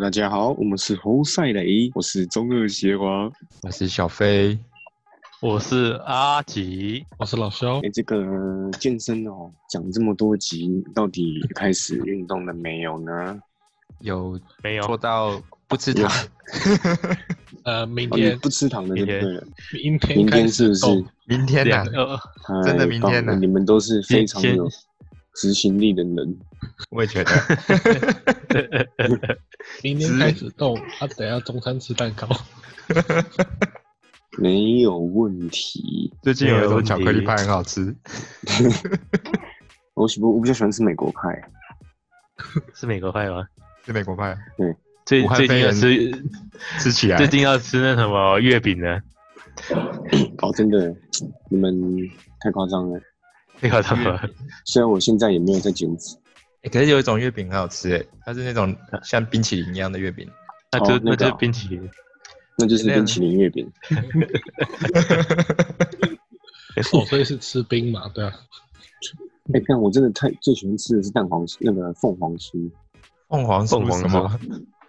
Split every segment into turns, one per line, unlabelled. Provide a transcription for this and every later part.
大家好，我们是侯赛雷，我是中二邪王。
我是小飞，
我是阿吉，
我是老肖
哎、，这个健身哦，讲这么多集，到底开始运动了没有呢？
有
没
做
有，
到不吃糖，
呃，明
哦、你
天
不吃糖的就对了，
明天
明
开
天啊是
始
不是
动，
明天啊呐、
两呃，
太
真的明
棒
天
了
呢
你们都是非常
明天
有执行力的人。
我也觉 得
明天开始动， 啊，等一下中餐吃蛋糕， 哦
没有问题，
最近有一
没有
种
问题
巧克力派很好吃，
我喜不我比较喜欢吃美国派，
是美国派吗？
是美国派，
最
武汉
最近要
肺
吃，
吃起来
最近要吃那什么月饼呢？
哦，真的，你们太夸张了。
那个什么，
虽然我现在也没有在减脂，
欸可是有一种月饼很好吃诶，它是那种像冰淇淋一样的月饼，
那就
哦那
那
个
就
啊
是冰淇淋，
那就是
那样
冰淇淋月饼。
哦，所以是吃冰嘛，对啊，
哎、看我真的太最喜欢吃的是蛋黄酥，那个凤凰酥，
凤凰酥
凤
是
凰
什么？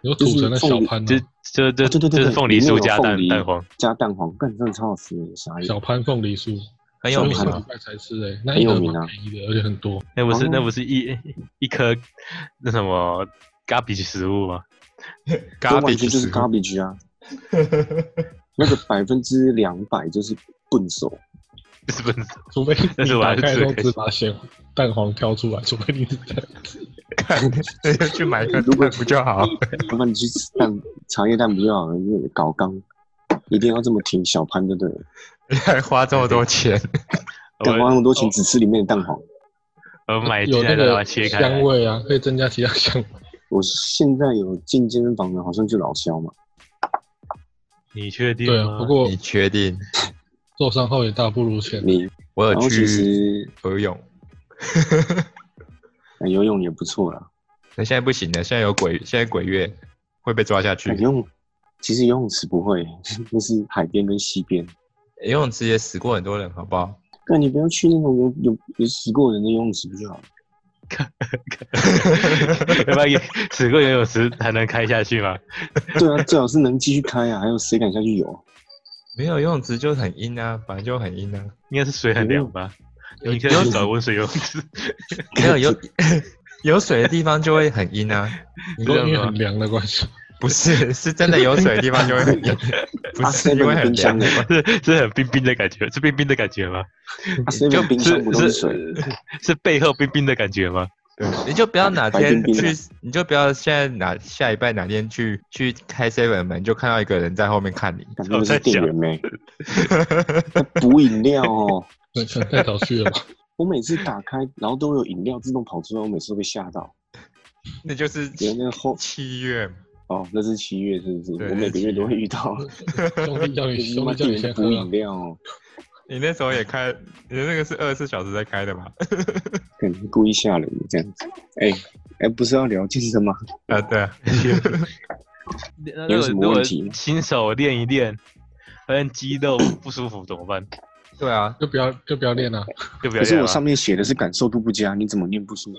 有煮成的小潘
就就
哦，
就
啊对对对
就是
对
凤梨
里面
酥
有
加
凤
蛋
梨
蛋黄，
加蛋黄，干真的超好吃的，傻眼。
小潘凤梨酥，
很有名啊
上
吗
礼？拜才吃诶，那
很
一
有
盒
名啊
蛮便宜的，而且很多，
那不是
哦
那不是一一颗那什么咖比食物吗？
这完全
Garbage
就是
食物
garbage 啊，那个百分之两百就是笨手，
是不是？
除非
但是
你
我还
打
是吃得开
开之后只把咸蛋黄挑出来，除非你是这样吃，
去买一个蛋不就 好？
要不然你去吃蛋茶叶蛋不就好了？因为搞刚，一定要这么挺小潘，对不对？
还花这么多 钱，哦
干花
我
那么多钱只吃里面的蛋黄，
我买
有
进来
那
哎的话
个
切开
香
来，
味啊，可以增加其他香味。
我现在有进健身房的，好像就老肖嘛，
你确定
对啊，
吗？
不过
你确定？
受伤后也大不 如前。
你
我
然后
有
其
去
实、
游泳，
呃游泳也不错啦，
那现在不行了，现在有鬼，现在鬼月会被抓下去
呃。游泳其实游泳池不会， 那是海边跟溪边。
游泳池也死过很多人，好不好？
那你不要去那种有有有死过人的游泳池不就好了？
要不然 死过游泳池还能开下去吗？
对啊，最好是能继续开啊，还有谁敢下去游啊？
没有游泳池就很阴啊，本来就很阴啊。
应该是水很凉吧？
有
你可以去找温水游泳池，
没有有 有水的地方就会很阴啊。你
因
知道
为
吗
很？凉的关系，
不 是，是真的有水的地方就会 很阴，不
啊
是因为很凉。
，seven
是是很冰冰的感觉，是冰冰的感觉吗？
是因为冰箱啊不都是水？
是背后冰冰的感觉吗？
对你就不要哪
白冰
天
冰
去，你就不要现在哪下礼拜哪天去去开 seven 门，就看到一个人在后面看你。
感觉是店员没、在补饮料哦。
那可能太早去了吧？
我每次打开，然后都有饮料自动跑出来，我每次都被吓到。
那就是
有那个后
七月嘛，
哦，那是七月是不是？
对
我每个月都会遇到。
兄弟叫 你，兄弟叫
店
你
员
先
补
喝啊
饮料哦，
你那时候也开，你那个是二十四小时在开的 嘛？
可能故意吓人的这样子。哎、哎、不是要聊健身吗？
啊，对 啊，
那
有
如果
什
如
么问
果
题
新手练一练，发现肌肉不舒服怎么办？
对啊，
就不要就不要练啊了、
就不要
可是
练
我
了。
上面写的是感受度不佳，你怎么念不出来？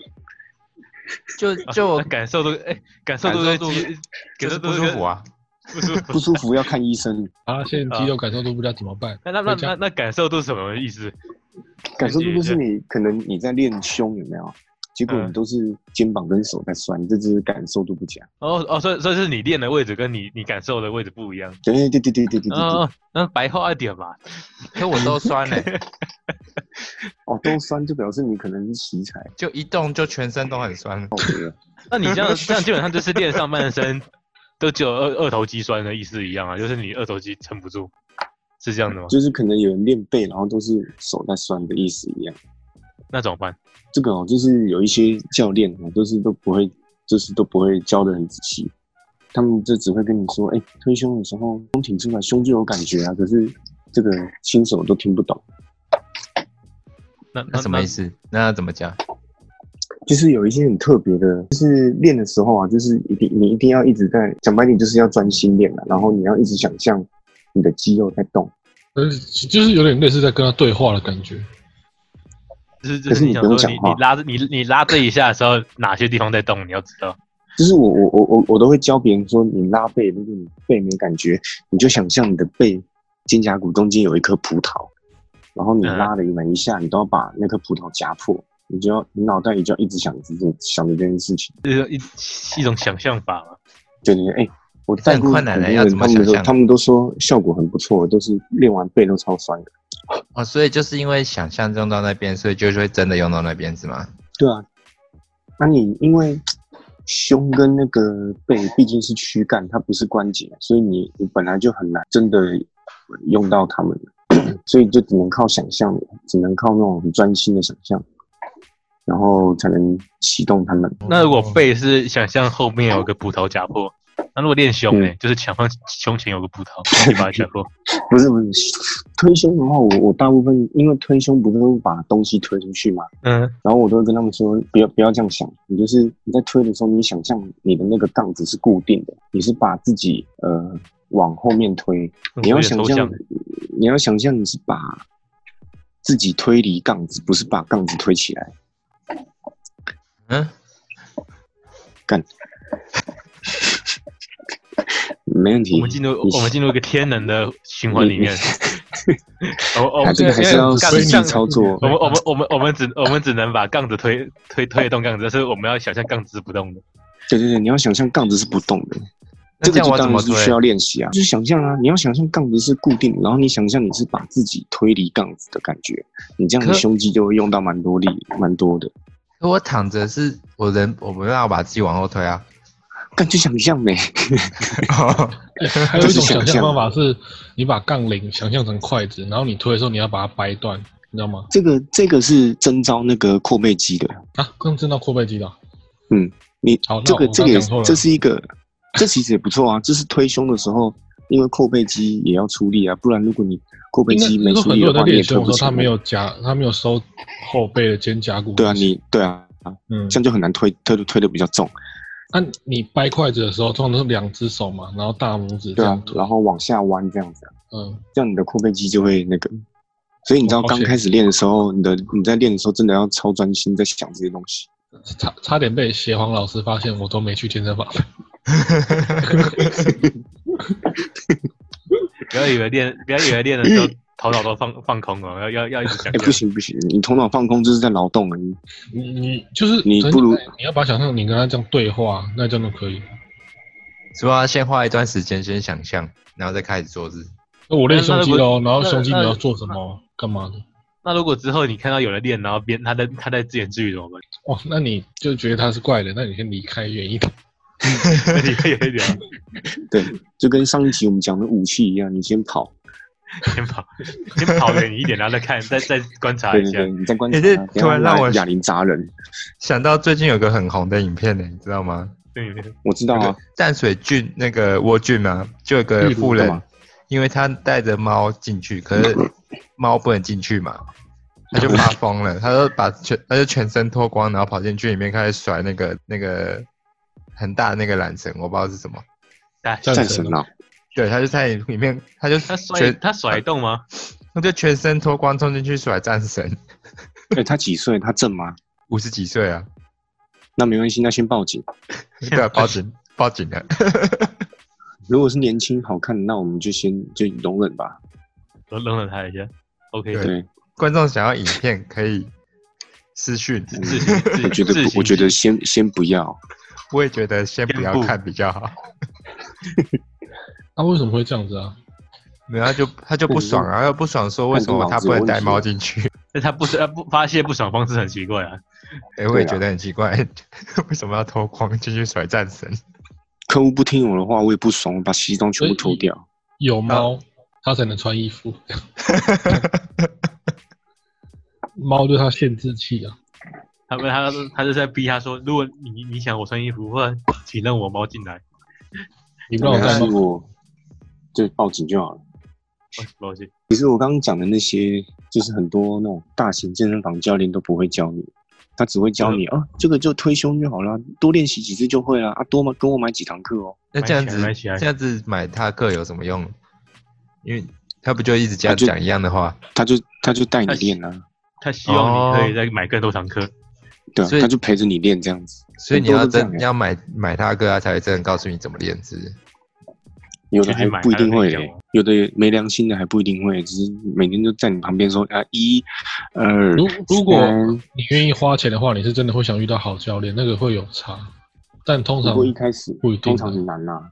就就我
啊那感受都哎，感受都在肌，
就
感
啊是
受
不
都
舒服，啊。
不舒
不
服。
舒服要看医生，
啊！现在肌肉感受度不佳怎么办？
那那那
回家
那那感受都是什么意思？
感受度就是你可能你在练胸有没有？结果你
嗯
都是肩膀跟手在酸，这就是感受度不佳。
哦哦，所以所以是你练的位置跟你你感受的位置不一样。
对对对对对对对对，
哦，那白话一点嘛。
可我都酸欸了、
哦，都酸就表示你可能是奇才，
就一动就全身都很酸。
好的。
那你这样这样基本上就是练上半身都只有二二头肌酸的意思一样啊，就是你二头肌撑不住，是这样的吗？
就是可能有人练背，然后都是手在酸的意思一样。
那怎么办？
这个哦，就是有一些教练哦，都是都不会，就是都不会教的很仔细，他们就只会跟你说，哎、推胸的时候胸挺出来，胸就有感觉啊。可是这个新手都听不懂。
那
那什么意？思？那怎么讲？
就是有一些很特别的，就是练的时候啊，就是一定你一定要一直在讲白点，就是要专心练啊，然后你要一直想象你的肌肉在动，
呃，就是有点类似在跟他对话的感 觉。
就是就
可是
是
你
想
不用
说你
讲话
你拉你你拉这一下的时候，哪些地方在动，你要知道。
就是我我我我我都会教别人说，你拉背，如果你背没感觉，你就想象你的背肩胛骨中间有一颗葡萄，然后你
嗯
拉的每一下，你都要把那颗葡萄夹破，你就要你脑袋里就要一直想着这想着这件事情。
这是一一种想象法嘛。
对对对，哎、我带过
困
很
难
多
了
人，
要怎么
他们
想
都
象
他们都说效果很不错，都是练完背都超酸的。
哦，所以就是因为想象用到那边，所以就是会真的用到那边是吗？
对啊，那、你因为胸跟那个背毕竟是躯干，它不是关节，所以你你本来就很难真的用到它们，所以就只能靠想象，只能靠那种很专心的想象，然后才能启动它
哦
们。
那如果背是想象后面有个葡萄夹破，那如果练
嗯
胸呢，就是想象胸前有个葡萄， 你把它夹破。
不是不是，推胸的话，我我大部分因为推胸不是会把东西推出去嘛，
嗯，
然后我都会跟他们说，不要不要这样想，你就是你在推的时候，你想象你的那个杠子是固定的，你是把自己呃往后面推，你要想
抽
象
象，，欸
你要想象你是把自己推离杠子，不是把杠子推起来。
嗯，
没问
我
题
们，进入
你
我们进入一个天然的循环里面。 哦哦，
啊，这个还是
因为
要
杠
随机
杠
操作
我。们我们我们我们只我们只能把杠子推推推动杠子，但是我们要想象杠子是不动的。
对对对，你要想象杠子是不动的，
那
这
这
个
样
就
我怎
当然
么
是
推？
需要练习啊。就是想象啊，你要想象杠子是固定，然后你想象你是把自己推离杠子的感觉，你这样你
可
胸肌就会用到蛮多力，蛮多的。
可我躺着是我人，我没办法把自己往后推啊。
干就想象呗，
还有一
这
种想
是
象
想象
方法是，你把杠铃想象成筷子，然后你推的时候你要把它掰断，你知道吗？
这个这个是征召那个阔背肌的。
啊，刚真到阔背肌了。
你
好那
这个
我刚
这个也
讲错了
这是一个，这其实也不错啊。这是推胸的时候，因为阔背肌也要出力啊，不然如果你阔背
应该
肌没
应该
出
很
力
多
的
人在
话，你
练
也
胸
推不
的时候
起来。
他没有夹，他没有收后背的肩胛骨。
对啊，你对啊，啊
嗯，
这样就很难推推的推的比较重，
那、你掰筷子的时候，通常都是两只手嘛，然后大拇指这
对啊
样，推。
然后往下弯这样子啊、
嗯，
这样你的阔背肌就会那个。所以你知道
哦好
刚
险
开始练的时候，你的你在练的时候真的要超专心在想这些东西。
差差点被邪皇老师发现，我都没去健身房。
不要以为练不要以为练的时 候头脑都放放空哦，要要要一直想
哎、。不行不行，你头脑放空就是在劳动而已。
你你就是
你
真的
不如
你要把想象你跟他这样对话，那真的可以。
是吧？先花一段时间，先想象，然后再开始做事。
那我练
那那
胸肌
不
喽，然后
那
胸肌
那
你要做什么干嘛的？
那如果之后你看到有人练，然后边他在他在自言自语怎么办？
哇，哦那你就觉得他是怪人，那你先离开远一点。
你可以有一点
对，就跟上一集我们讲的武器一样，你先跑，
先跑， 先跑远一点，然后再看，再再观察
对
一
对
下。
对，你在啊观察
哎这
它，不
突
要
然让
拿
我
哑铃砸人。
想到最近有个很红的影片呢，你知道吗？
对对对，
我知道
那
啊
个，淡水郡那个蜗苣嘛，就有个
绿萝
富
干
人
嘛，
因为他带着猫进去，可 是猫不能进去嘛，他就发 疯了，他就把全他就全身脱光，然后跑进去里面开始甩那个那个很大的那个缆绳，我不知道是什么，
大
这样
战
子
神啊，
对，他就在里面，他就
哎他甩
全
他甩得动吗？
他就全身脱光冲进去甩战神，
哎、他几岁？他正吗？
五十几岁啊，
那没关系，那先报警。
对啊，报警报警了，
如果是年轻好看的，那我们就先就容忍吧。
我扔了他一下。OK，
对
对，
观众想要影片可以私讯，
自行自
我觉得
自
不
行
我觉得先先不要，
我也觉得先不要
先不
看比较好。
他、为什么会这样子啊？
没有，他就他就不爽啊，他不爽说为什么他不能带猫进去？
但他不是他不发泄不爽方式很奇怪啊。
哎，我也觉得很奇怪， 为什么要脱光进去甩战神？
客户不听我的话，我也不爽，我把西装全部脱掉。
有猫，它才能穿衣服。 猫对它限制器啊，
他们他他就在逼他说，如果你你想我穿衣服，或者请让我猫进来，哦
你不
没
让我带
关系，
猫，
我就报警就好了。
我不高兴。
其实我刚刚讲的那些，就是很多那种大型健身房教练都不会教你，他只会教
嗯
你、啊，这个就推胸就好了，多练习几次就会了啊，多买跟我买几堂课哦。
那这样子
买起来买起来
这样子买他课有什么用？因为他不就一直
啊
这样讲一样的话？
他就他就带你练啊，
他希望你可以再买更多堂课，
对啊，
所以
他就陪着你练这样子。
所以你要
很多都这样欸
真你要买买他的歌，他才会真的告诉你怎么练字。
有的
就去
还
买
不一
他的
定会
那个
欸
吗，
有的也没良心的还不一定会，只是每天就在你旁边说啊一、二、
如如果
三
你愿意花钱的话，你是真的会想遇到好教练，那个会有差。但通
不
常
过一开始
不一定
通常很难啦、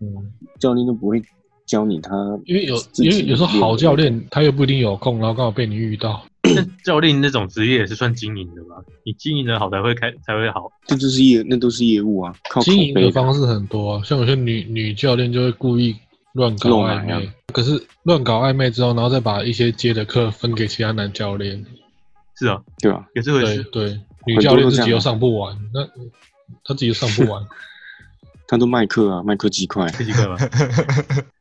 嗯，
教练都不会教你他
因为有
自己
因为有时候
练
好教练他又不一定有空，然后刚好被你遇到，
那教练那种职业也是算经营的吧？你经营的好才会开才会好。
这就是业，那都是业务啊，靠口
经营
碑
的
的
方式很多、啊，像有些女女教练就会故意乱搞
露
暧
奶啊
昧，可是乱搞暧昧之后，然后再把一些接的课分给其他男教练，
是啊，
对吧？
有这回
对
事。
对，女
很多
教练
都
自
这
己
样
又
啊
上不完，那她自己又上不完，
他都卖课啊，卖课几块，
这几 个吧，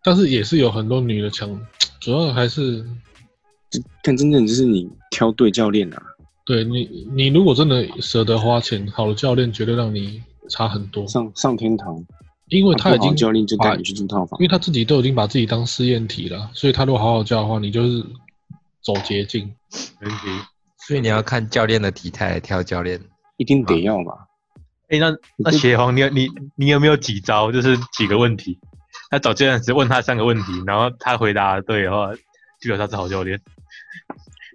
但是也是有很多女的强，主要还是
但真正就是你挑对教练啊，
对你你如果真的舍得花钱，好的教练绝对让你差很多，
上上天堂。
因为他
啊
已
不好
经
的教练就带
把
你去住套房
因为，他自己都已经把自己当试验体了，所以他如果好好教的话，你就是走捷径。
没问题。
所以你要看教练的体态来挑教练。
一定得要
啊
吧？
哎、那那邪皇，你有你你有没有几招？就是几个问题？他找教练时问他三个问题，然后他回答对的话，就表示他是好教练。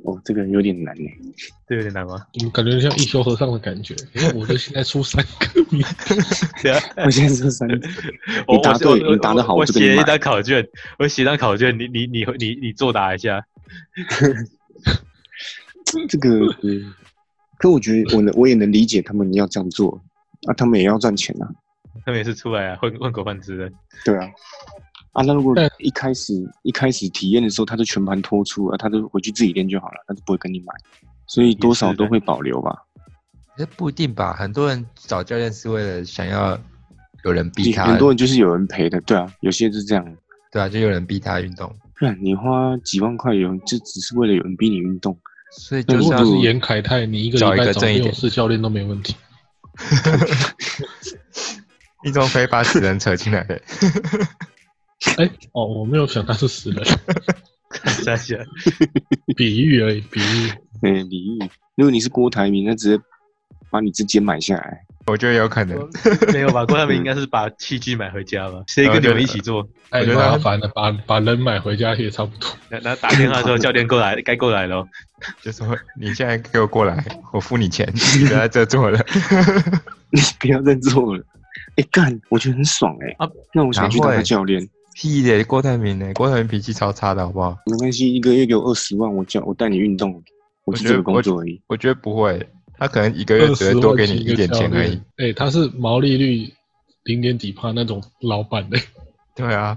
哦，这个有点难呢。
这有点难吗？
你感觉像一休和尚的感觉。 诶我就现在出三个名，
对啊，
我现在说 三个，
我
你答
我
对
我
你答得好
我我
我就给
写
你
一
买
张考卷，我写一张考卷，你你你你你作答一下。
这个，嗯，可我觉得我能，我也能理解他们要这样做，啊，他们也要赚钱啊，
他们也是出来啊，混混口饭吃的。
对啊，啊，那如果
但
一开始一开始体验的时候，他就全盘托出啊，他就回去自己练就好了，他就不会跟你买，所以多少都会保留吧，
那哎不一定吧？很多人找教练是为了想要有人逼他，
很多人就是有人陪的，对啊，有些就是这样，
对啊，就有人逼他运动。
不然你花几万块有人，就只是为了有人逼你运动，
所以 就
如
是
果
要
你是严凯泰，你一个礼
找一
拜
个
找
正一
六
点
次教练都没问题。
一中非把死人扯进来的，
哎、哦，我没有想他是死人，
三下，
比喻而已，比喻。
嗯，比喻，如果你是郭台铭，那直接把你直接买下来，
我觉得有可能。
没有吧？郭台铭应该是把器具买回家吧，谁跟你们一起做？
哎、
我觉得他
麻烦了，把把人买回家也差不多。
然后打电话说教练过来，该过来了。
就说你现在给我过来，我付你钱，你不要在这做了。
你不要再做了。哎、干，我觉得很爽哎、
啊
那我想去当
哪
个
会
教练，
屁嘞，郭台铭呢？郭台铭脾气超差的，好不好？
没关系，一个月给我二十万，我教我带你运动，我就
觉得
这个工作而已。
我觉得不会，他可能一个月只会多给你一点钱而已。。
哎、他是毛利率零点几帕那种老板哎的、
对啊，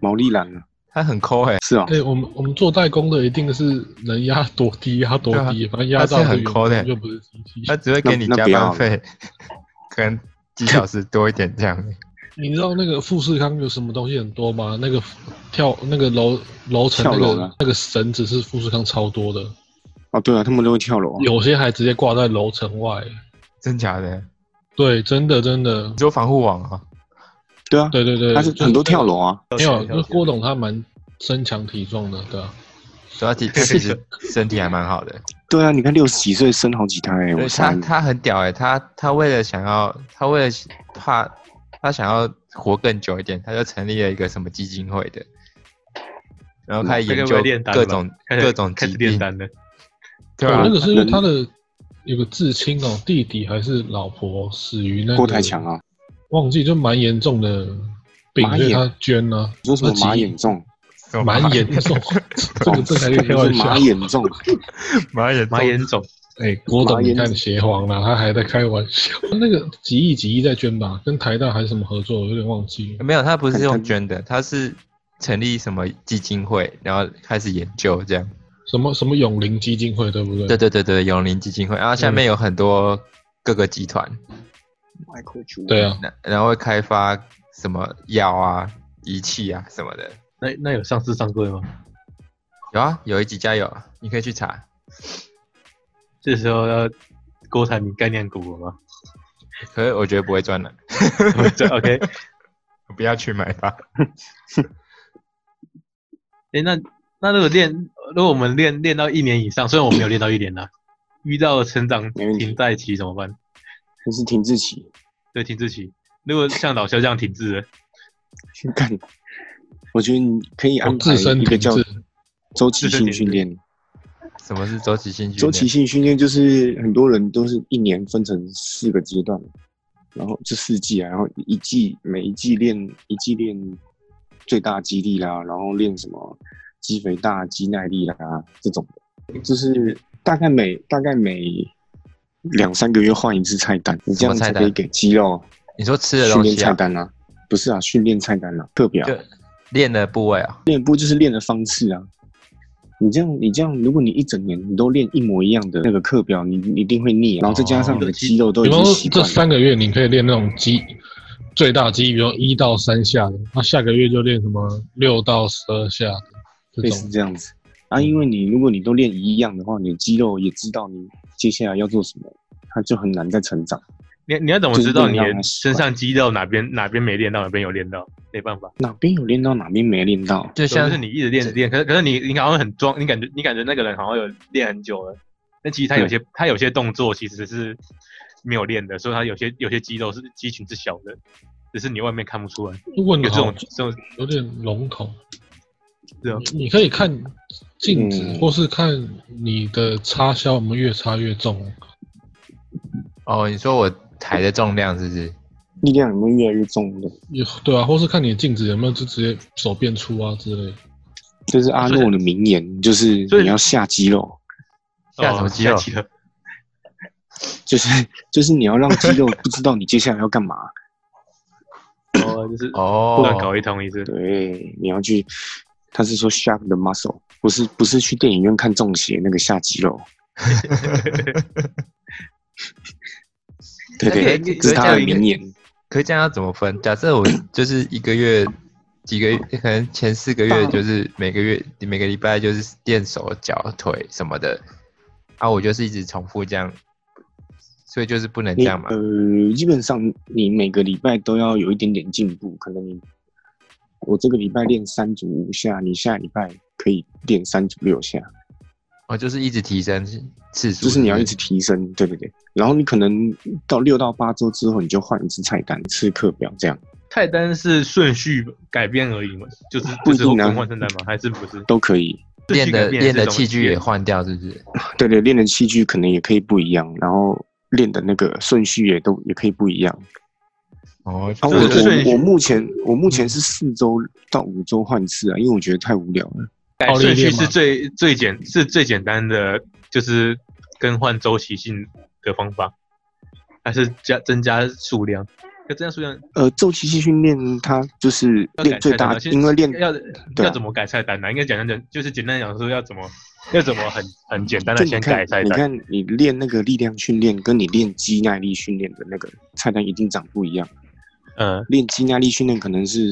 毛利兰啊，
他很抠哎、
是啊
哎、，我们我们做代工的一定是能压多低压多低，反正压到
啊他是很抠的
就不是机器。
他只会给你加班费， 可能几小时多一点这样。
你知道那个富士康有什么东西很多吗？那个跳那个楼楼层那
跳楼
个
的
那个绳子是富士康超多的，
哦对啊，他们都会跳楼啊、
有些还直接挂在楼层外。
真假的？
对，真的真的
你，说防护网啊？
对啊，
对对对，
他是
就
很多跳楼啊，
没有，就是郭董他蛮身强体壮的，对啊。
主要体他其实身体还蛮好的，
对啊，你看六十几岁生好几胎、欸，
对
我
他
猜
他很屌哎、他他为了想要他为了怕他想要活更久一点，他就成立了一个什么基金会的，然后开始研
这个
究
会炼丹吧
各种
开始
各种
开
疾
始炼
病，
丹了，
对
哦
啊
那，个是因为
人
他的有个至亲哦，弟弟还是老婆哦死于那个
郭台强，啊，
忘记就蛮严重的病，
马
所以
眼
他捐了、
你说什么马眼重，
什么
蛮严重， 这个这还可以开
就
玩
是
笑
马。眼重，
马眼
马眼肿，
哎，郭董，
马
你
眼
看邪皇啦，他还在开玩笑。 那个几亿几亿在捐吧，跟台大还是什么合作，我有点忘记 了。
没有，他不是
很
用
疼
捐的，他是成立什么基金会，然后开始研究这样。
什么什么永龄基金会，对不对？
对对对对，永林基金会，然后下面
嗯
有很多各个集团，
对啊，
然然后会开发什么药啊、仪器啊什么的。
那那有上市上柜吗？
有啊，有一集加油，你可以去查。
这时候要郭台铭概念股了吗
可是我觉得不会赚的，
这？OK，
不要去买 它。
哎、那那如果练，如果我们练练到一年以上，虽然我没有练到一年啦，遇到了成长
没问题
停在期怎么办？
就是停滞期。
对，停滞期。如果像老肖这样停滞了，
看，我觉得你可以
哦
我
安排
自身
一个
停
叫
滞，
周期性训练。
什么是周期性训练？
周期性训练就是很多人都是一年分成四个阶段，然后这四季啊，然后一季每一季练一季练最大肌力啦，然后练什么肌肥大、肌耐力啦这种的，就是大概每大概每两三个月换一次菜单，你这样
什么菜
才
单
可以给肌肉
你说吃的
训
东
练
西
菜
啊，
单啊，不是啊，训练菜单啊，课表
就练的部位啊，
练不就是练的方式啊？你这样，你这样，如果你一整年你都练一模一样的那个课表，你你一定会腻啊，然后再加上你的肌肉都
比
已
方
经
说
习
这
惯了。
三个月你可以练那种肌最大肌，比如一到三下的，那下个月就练什么六到十二下的这
类似
种。
这样子啊，因为你如果你都练一样的话，你的肌肉也知道你接下来要做什么，它就很难再成长。
你你要怎么
就是
知道
不能
你
让他
的身上肌肉哪边哪边没练到，哪边有练到？没办法，
哪边有练到，哪边没练到，
就
像
像
是你一直练一直练，可是可是你你好像很装，你感觉你感觉那个人好像有练很久了，但其实他有些、他有些动作其实是没有练的，所以他有些有些肌肉是肌群是小的，只是你外面看不出来。
问
有
的
这
哦
好
种这种
有点笼统，
是啊，
你可以看镜子，
嗯
或是看你的插销，我们越插越重。啊
哦，你说我抬的重量是不是？
力量有没有越来越重的？
也对啊，或是看你的镜子有没有就直接手变粗啊之类的。
这是阿诺的名言，就是
所以
你要下肌肉，
下什么肌肉
哦下肌肉
就是 就是你要让肌肉不知道你接下来要干嘛。
哦，就是乱
哦，
搞一通一次。
对，你要去，他是说 sharp the muscle，不是不是去电影院看中邪那个下肌肉。对
那
对，
可以
这是他的名言。
可是这样要怎么分？假设我就是一个月几个月，可能前四个月就是每个月每个礼拜就是练手脚腿什么的，啊，我就是一直重复这样，所以就是不能这
你
样嘛。
呃，基本上你每个礼拜都要有一点点进步，可能你我这个礼拜练三组五下，你下礼拜可以练三组六下，
哦，就是一直提升次数，
就是你要一
是
直提升，对不对？然后你可能到六到八周之后，你就换一次菜单，一次课表这样。
菜单是顺序改变而已嘛，就是
不
就
一
是
定啊
更换菜单吗？还是不是？
都可以，
不是练
顺序
的
改变
练的
是一种
器具也
变
换掉，是不是？
对对，练的器具可能也可以不一样，然后练的那个顺序也都也可以不一样。
哦，
啊，我
对
就是
顺序嗯
我我目前我目前是四周到五周换一次啊，因为我觉得太无聊了。
改
暴力
哎顺序
练吗
是最最简是最简单的，就是更换周期性的方法，还是加增加数量？要增加数量
呃，周期性训练它就是
要
练
改
最
菜单
大
吗？，其实
因为练
要
对啊
要怎么改菜单呢？应该简单的就是简单讲说要怎么要怎么很很简单
就
的
你
先
看
改菜
你
单。
看你练那个力量训练，跟你练肌耐力训练的那个菜单一定长不一样。
嗯，
练肌耐力训练可能是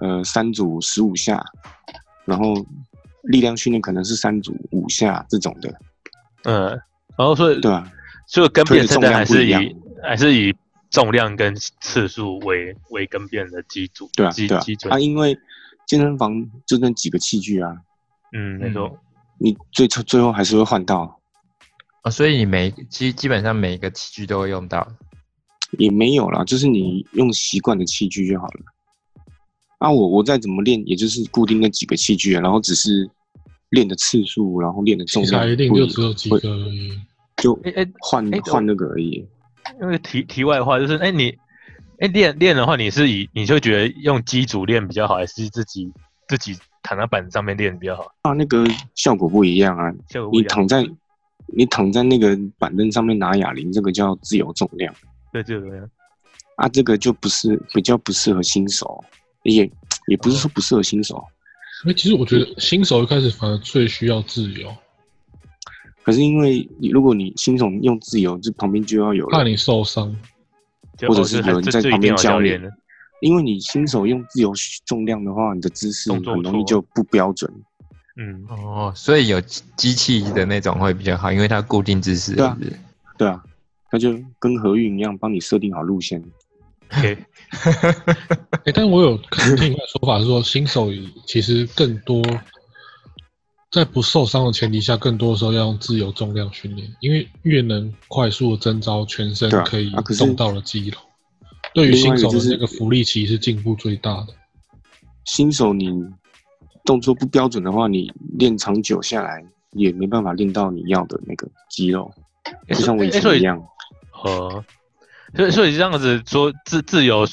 呃三组十五下，然后力量训练可能是三组五下这种的，
嗯，然后所以
对啊，
所以更
推
变
的
菜
重
单
量
还
不
是
一样。
以还是以重量跟次数为为更变的基础，
对啊，
基
对啊
基，准
啊，。因为健身房就那几个器具啊，
嗯，没
嗯
错。
你最最最后还是会换到，啊
哦，所以你每基基本上每一个器具都会用到。
也没有啦，就是你用习惯的器具就好了。啊，我我再怎么练，也就是固定那几个器具啊，然后只是练的次数，然后练的重
器材
量
一定
不
就
一
只有几
会
个而已。
就
哎哎，
换
哎
换那个而已。
那个题题外话就是，哎、你，哎、练练的话，你是以你就觉得用机组练比较好，还是自己自己躺在板子上面练比较好？
啊，那个效果不一样啊，
效果不一
你
样。
躺在你躺在那个板凳上面拿哑铃，这个叫自由重量。
对，这个怎么样？
啊，这个就不是比较不适合新手，也也不是说不适合新手，
哎，其实我觉得新手一开始反而最需要自由，
可是因为你如果你新手用自由，这旁边就要有
怕
人，
你受伤。
就
或者
哦
是
这
有人
这
在
这
旁
一
边
定要有
教
教
你
练的，
因为你新手用自由重量的话，你的姿势
动作
很容易
错
就不标准。
嗯，
哦，所以有机机器的那种会比较好，因为它固定姿势，
对啊
是不是
对啊，那就跟何运一样，帮你设定好路线。
可以，
哎，但我有看听一个说法是说，新手其实更多在不受伤的前提下，更多的时候要用自由重量训练，因为越能快速的增招全身
对啊
可以
啊可是
动到的肌肉，对于
另外
新
一个
手的
就是
那个浮力期是进步最大的。
新手你动作不标准的话，你练长久下来也没办法练到你要的那个肌肉，就像我以
哎所
前
以
一样。
呃，所以所以这样子说自自由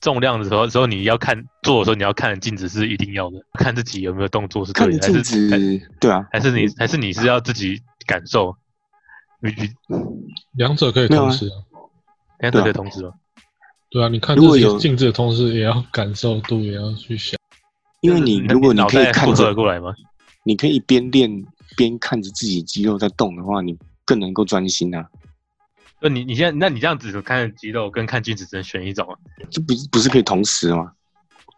重量的时候，时候你要看做的时候，你要看镜子是一定要的，看自己有没有动作是
看
对的，还
镜
是还
子，对啊，
还是你还是你是要自己感受，你你
两者可以
没有啊
同时啊，
两
对
者
啊
可以同时吗？
对啊，你看
如
自
果
己
有
静止的同时，也要感受度，也要去想。
因为你如果你
脑
可以
袋
看
负荷
着，
过来吗？
你可以边练边看着自己肌肉在动的话，你更能够专心啊。
就你你现在，那你这样子看肌肉跟看镜子只能选一种啊？
这不是不是可以同时吗？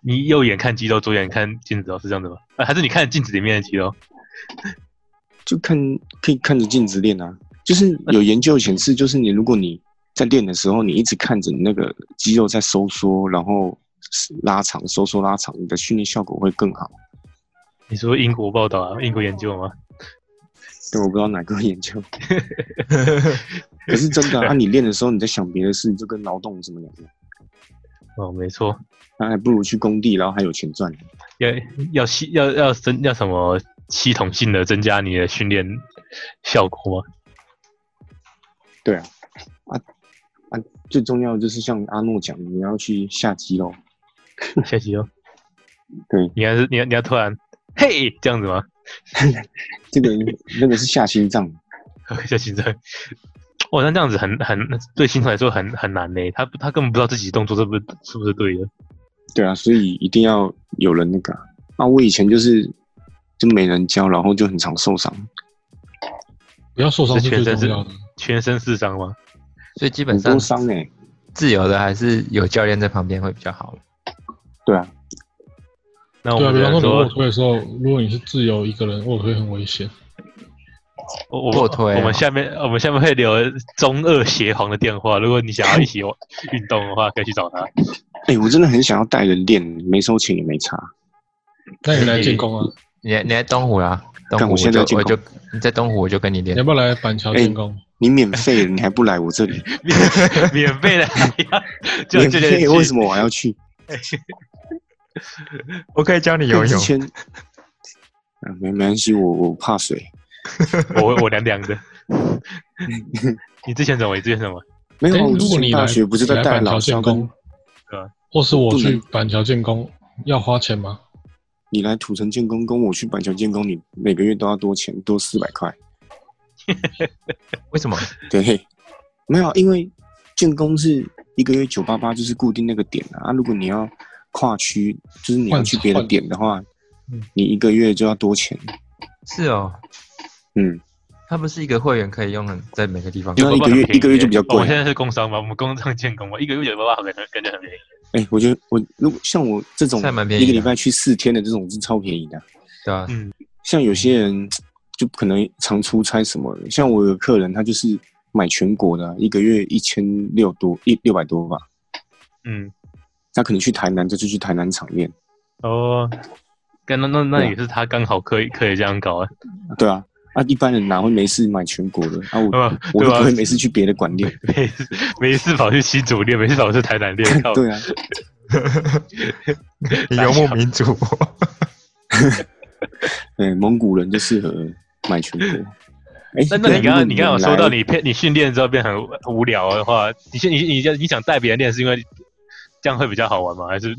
你右眼看肌肉，左眼看镜子哦，是这样子吗？呃、还是你看镜子里面的肌肉？
就看可以看着镜子练啊。就是有研究显示，就是你如果你在练的时候，你一直看着你那个肌肉在收缩，然后拉长、收缩、拉长，你的训练效果会更好。
你说英国报道啊，英国研究吗？
但我不知道哪个 研究，可是真的啊！啊你练的时候你在想别的事，就跟劳动有什么两样？
哦，没错，
那还不如去工地，然后还有钱赚。
要要系要要增要什么系统性的增加你的训练效果吗？
对啊，啊啊！最重要的就是像阿诺讲，你要去下肌肉。
下肌肉？
对，
你还是你要你要突然嘿这样子吗？
这个那个是下心脏，
下心脏。哇，那这样子很很对新手来说很很难呢，他他根本不知道自己动作是不是是不是对的。
对啊，所以一定要有人那个啊。啊我以前就是就没人教，然后就很常受伤。
不要受伤是
这确
最
实是
重要的。
全身是伤吗？
所以基本
很
上
多伤哎、
自由的还是有教练在旁边会比较好。
对啊，
那我
对啊，
们
比
只
方
能
说你
说
卧，推的时候，如果你是自由一个人卧推，很危险。
我我
卧推啊
我们下面我们下面会留中二协皇的电话，如果你想要一起运动的话，可以去找他。
哎、我真的很想要带人练，没收钱也没差。
那你来进攻啊！
你你在东湖啦，东
干
湖
我现在
我
进
就
攻
我就你在东湖我就跟你
你
练
要。不要来板桥进攻？
你免 费了，你还不来我这里？
免免费的，就
免
就就
费
去
为什么我还要去？
我可以教你游
之
泳。
前啊，没没关系，我我怕水。
我我凉凉 的。你之前怎么？你之前怎么？
没有啊，
诶
我
哎如
之
果
前
你来
大学不是
你
在
来
带
板
老
桥
校
建
跟
工，
对啊
或是我
不能
去板桥建工，要花钱吗？
你来土城建工，跟我去板桥建工，你每个月都要多钱，多四百块。
为什么？
对，没有，啊因为建工是一个月九八八，就是固定那个点啊。啊如果你要跨区，就是你要
换
去别的
换
点的话
嗯，
你一个月就要多钱。
是哦，
嗯，
它不是一个会员可以用的，在每个地方。
那一个月一个月就比较
哦我
贵啊
们。现在是工商嘛，我们工商建工嘛，一个月九八八感觉感觉很便宜。
哎、我觉得我如果像我这种
算蛮便宜
一
的
个礼拜去四天的这种是超便宜的。
对啊，
嗯
像有些
嗯
人就可能常出差什么的，像我有个客人，他就是买全国的啊，一个月一千六多一六百多吧。
嗯，
他可能去台南，就就去台南场练。
哦，干那那那
对啊
也是他刚好可以可以这样搞啊，
对啊，啊，一般人哪会没事买全国的啊？我
对吧？
我
对
都
吧
不会？没事去别的馆练。
没事没事跑去西主练，没事跑去台南练，靠
对啊，
你游牧民族。
对，蒙古人就适合买全国。哎、
那那
对啊
你刚
如果
刚你刚刚有说到
来
你骗你训练之后变很无无聊的话，你现你你你你想带别人练是因为这样会比较好玩吗？还是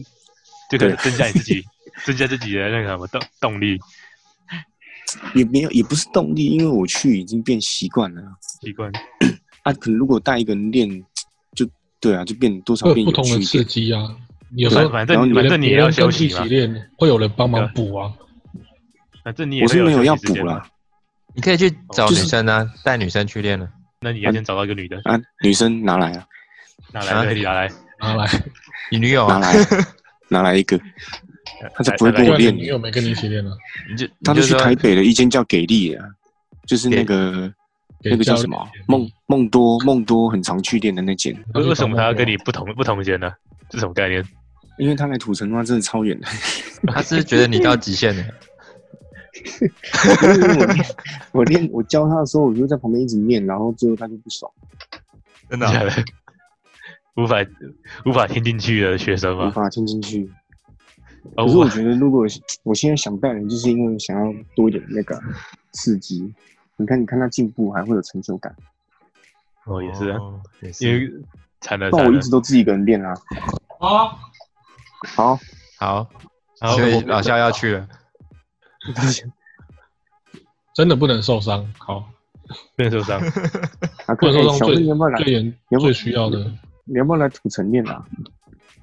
就可
对
能增加你自己增加自己的那个什么动动力
也没有也不是动力，因为我去已经变习惯了
习惯？
啊。可能如果带一个人练，就对啊，就变多
会
少
有
变
呃不
有趣
同的
一
刺
点。
激啊！有时
反
候
反
然后
正
你
反
别
正
人
你也
别
要
人
休
跟一
息
起
嘛，
练，会有人帮忙补啊。
反正你也
我是
会
没有
有
要
休息时
补
间嘛。
啦
你可以去找
就
女
是
生啊，带女生去练了。
那你要先找到一个女的，
啊，女生拿来啊，
拿
啊
来对，拿来，
拿来，
你女友
拿
啊，
来啊、拿来一 个，他才不会
哦拿来
跟我
对啊，你
练
女。友没跟你一起练啊？
你就
他都
你就
去
说
台北的一间叫给力的啊，就是那
给
个
给
那个叫
教
什
练嗯
么啊
练
梦梦多梦多很常去练的那间，
他去
为为什么
找
他要
梦多
跟你不同不同间呢？这是什么概念？
因为他来土城的话真的超远的。
他是觉得你到极限了，
因为我练我练我教他的时候，我就在旁边一直念，然后最后他就不爽，
真的
下
啊
来无法无法听进去的学生
无
吗？
法听进去。
哦，
可是我
我
觉得，如果我现在想带人，就是因为想要多一点那个刺激。你看，你看他进步，还会有成就感。
哦也是啊，
哦也
因
是。
为惨了
但
惨
我
了
一直，都自己一个人练啊。
啊，
好，
好，
然后
所以
我
老夏要去了，
真的不能受伤。好，
变受伤，
啊，
不
可
能
以
受伤
小
最
飞，你要不要来？
最严
要不
最需要的。
你要不要来土城练啊？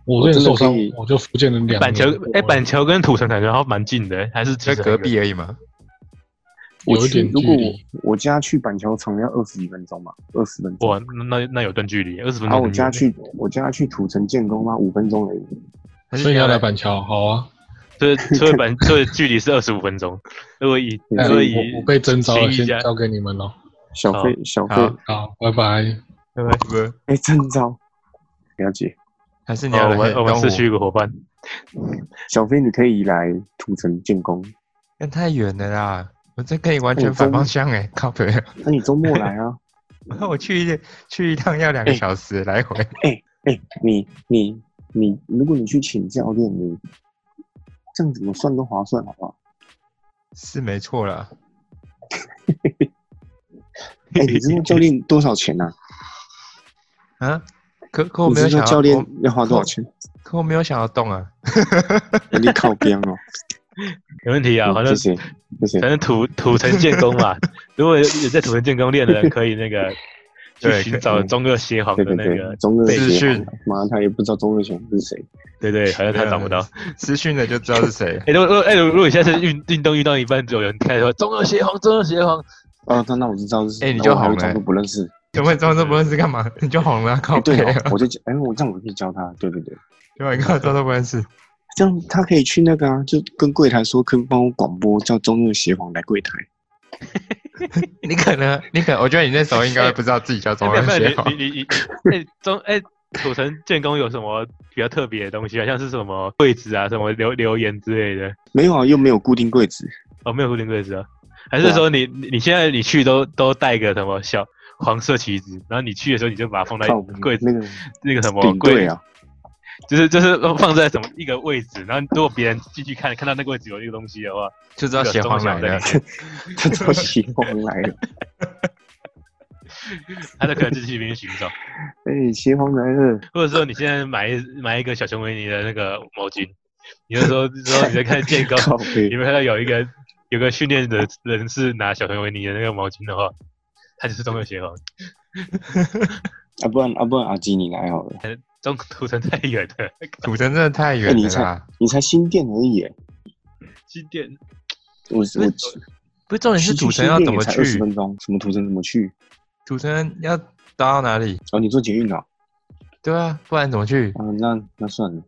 我这里受伤
我真的可以，
我就复健了两年。
板桥哎板桥跟土城感觉好像蛮近的，还是其
在
实
隔壁而已嘛。
我
有一
去
点，
如
距
果
离。
我我家去板桥场要二十几分钟吧，二十分钟。
哇，那那哦那有段距离，二十分
然后
钟。
啊我家，去我家去土城建工啊，五分钟而已。
还是
所以你要来
你
板桥，好啊！
所以所以本所以距离是二十五分钟。如果以
哎
哎
所
我
以
我被征召了，
行
先
一哦下
交给你们了。
小飞
好
小飞，
好
好，拜拜。
要来？不是，
哎，真招，了解。
还是你
哦
要
我
来
们我
东
们
湖
市？区有个伙伴，
小飞，你可以来土城建工，
但哎太远了啦，我这跟你完全反方向哎，靠北。
那你周末来啊？
我去一去一趟要两个小时来回，
哎，你你你，如果你去请教练，你这样怎么算都划算，好不好？
是没错啦。
哎，你知道教练多少钱啊？
啊，可可我
你
没有
知
想
道
要
教练
我
要花多少钱？
可我没有想要动啊。
你靠边哦。
没问题啊，反正
嗯谢谢谢谢
反。正土土城建工 嘛，如果有有在土城建工练的人，可以那个去
对
寻找
嗯
可以
中二邪皇
对
的
对
那
对
个，，
中二
被
资
邪
讯
皇，妈他也不知道中二邪皇是谁。
对对，好像他找不到。
私讯了就知道是 谁。
哎，如果如果哎，如果你现在是运运动运到一半，有人开始说中二邪皇，中二邪皇，
哦，那那我就知道是谁。
哎你
那
就
我还
红
会装
了
作不认 识。
怎么装作不认识干嘛？你就红了啊，靠
哎，
北
对
啊！
哦，我就哎，我这样我可以教他。对对对，
对吧？你看我装作不认 识，
这样他可以去那个啊，就跟柜台说，可以帮我广播叫中二邪皇来柜台。
你可能你可能，我觉得你那时候应该不知道自己叫
哎
中
没有
文
没
学
有
好
你。你你你，哎中哎。土城建工有什么比较特别的东西啊？像是什么柜子啊、什么留留言之类的？
没有啊，又没有固定柜子。
哦，没有固定柜子啊？还
对
是
啊
说你你你现在你去都都带个什么小黄色旗子，然后你去的时候你就把它放
哎
在
靠，
柜子
那个
那个什么
领
柜
队，啊，
就是就是放在什么一个位置，然后如果别人进去看看到那个位置有一个东西的话，
就知道邪皇来了，
他叫邪皇来了。
他就可能进去里面寻找。
哎，邪皇来 了，
或者说你现在买一买一个小熊维尼的那个毛巾，你就说说你在看健康，
靠背
你。们看到有一个 有个训练的人是拿小熊维尼的那个毛巾的话，他就是中二哦邪皇。
啊，不然啊，不然阿基你来好
哎
了。
中途程太远了，
土城真的太远了啦。
你才新店而已耶，欸
新店
我我
不是重点是土城要怎么
二十
去？啊
分钟，什么土城怎么去？
土城要搭到哪里？
哦，你坐捷运啊？
对啊，不然怎么去？
啊，那那算了，